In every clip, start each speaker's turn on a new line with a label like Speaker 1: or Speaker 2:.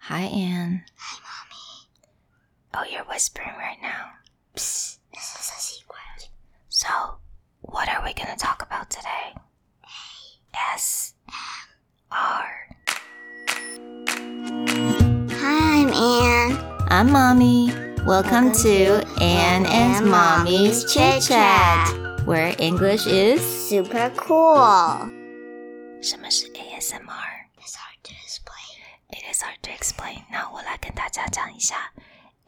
Speaker 1: Hi, Anne. Hi, Mommy. Oh, you're whispering right now. Psst.
Speaker 2: This is a secret.
Speaker 1: So, what are we going to talk about today? S R.
Speaker 2: Hi, I'm Anne.
Speaker 1: I'm Mommy. Welcome
Speaker 2: Welcome
Speaker 1: to
Speaker 2: to
Speaker 1: Anne and Mommy's Chit Chat, where English is.
Speaker 2: Super cool.
Speaker 1: 什么是 ASMR?
Speaker 2: It's hard to explain.
Speaker 1: It is hard to explain. 那我来跟大家讲一下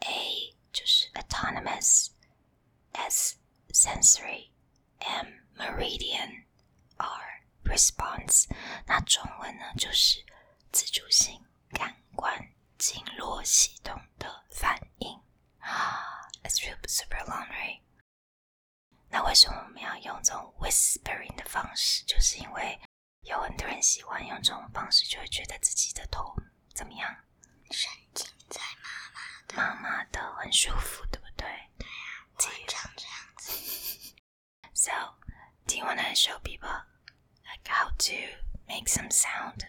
Speaker 1: ，A 就是 autonomous，S sensory，M meridian，R response。那中文呢就是自主性感官经络系统的反应。啊，It's real super long, right? 那为什么我们要用这种 whispering 的方式？就是因为有很多人喜欢用这种方式，就会觉得自己的头怎么样？
Speaker 2: 神经在吗？
Speaker 1: 麻麻的，很舒服，对不对
Speaker 2: 经常这样子。
Speaker 1: ？So, do you want to show people like how to make some sound?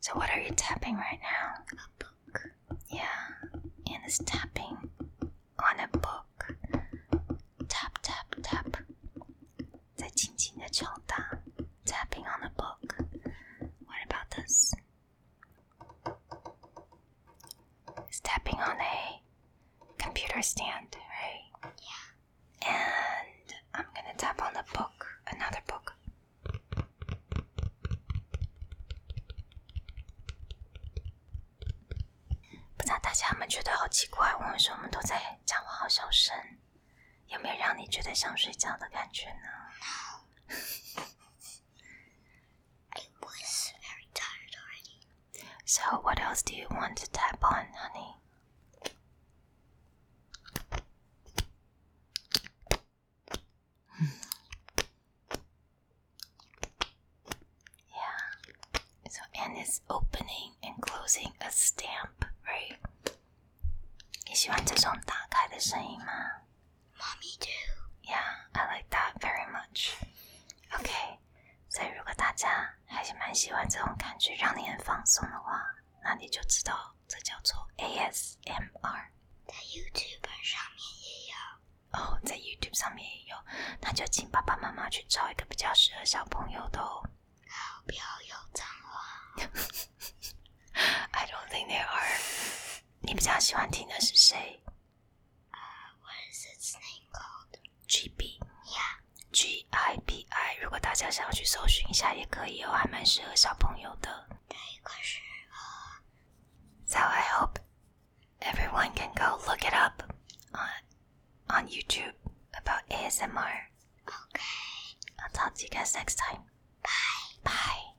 Speaker 1: So, what are you tapping right now? A book. Yeah, and it's tapping on a book. Tap, tap, tap. 在轻轻的敲打，tapping on a book. What about this? stepping on a computer stand, right? Yeah. And I'm gonna tap on the book, another book. But 不知道大家们觉得好奇怪，我为什么都在讲话好小声？有没有让你觉得想睡觉的感觉呢？
Speaker 2: I was very tired already.
Speaker 1: So, what else do you want to tap on, honey? yeah. So, Anne is opening and closing a stamp, right? 你喜欢这种打开的声音吗？
Speaker 2: Mommy too.
Speaker 1: Yeah, I like that very much. OK，所以如果大家还是蛮喜欢这种感觉，让你很放松的话，那你就知道这叫做 ASMR。
Speaker 2: 在 YouTube 上面也有。
Speaker 1: 哦，在 YouTube 上面也有，那就请爸爸妈妈去找一个比较适合小朋友的哦。
Speaker 2: 不要有脏话。
Speaker 1: I don't think they are。你比较喜欢听的是谁
Speaker 2: What is its name called?
Speaker 1: ？GB。
Speaker 2: Yeah.
Speaker 1: G I B I，如果大家想要去搜寻一下也可以哦，还蛮适合小朋友的。
Speaker 2: 可是
Speaker 1: So I hope everyone can go look it up on on YouTube about ASMR.
Speaker 2: OK。
Speaker 1: I'll talk to you guys next time. Bye. Bye.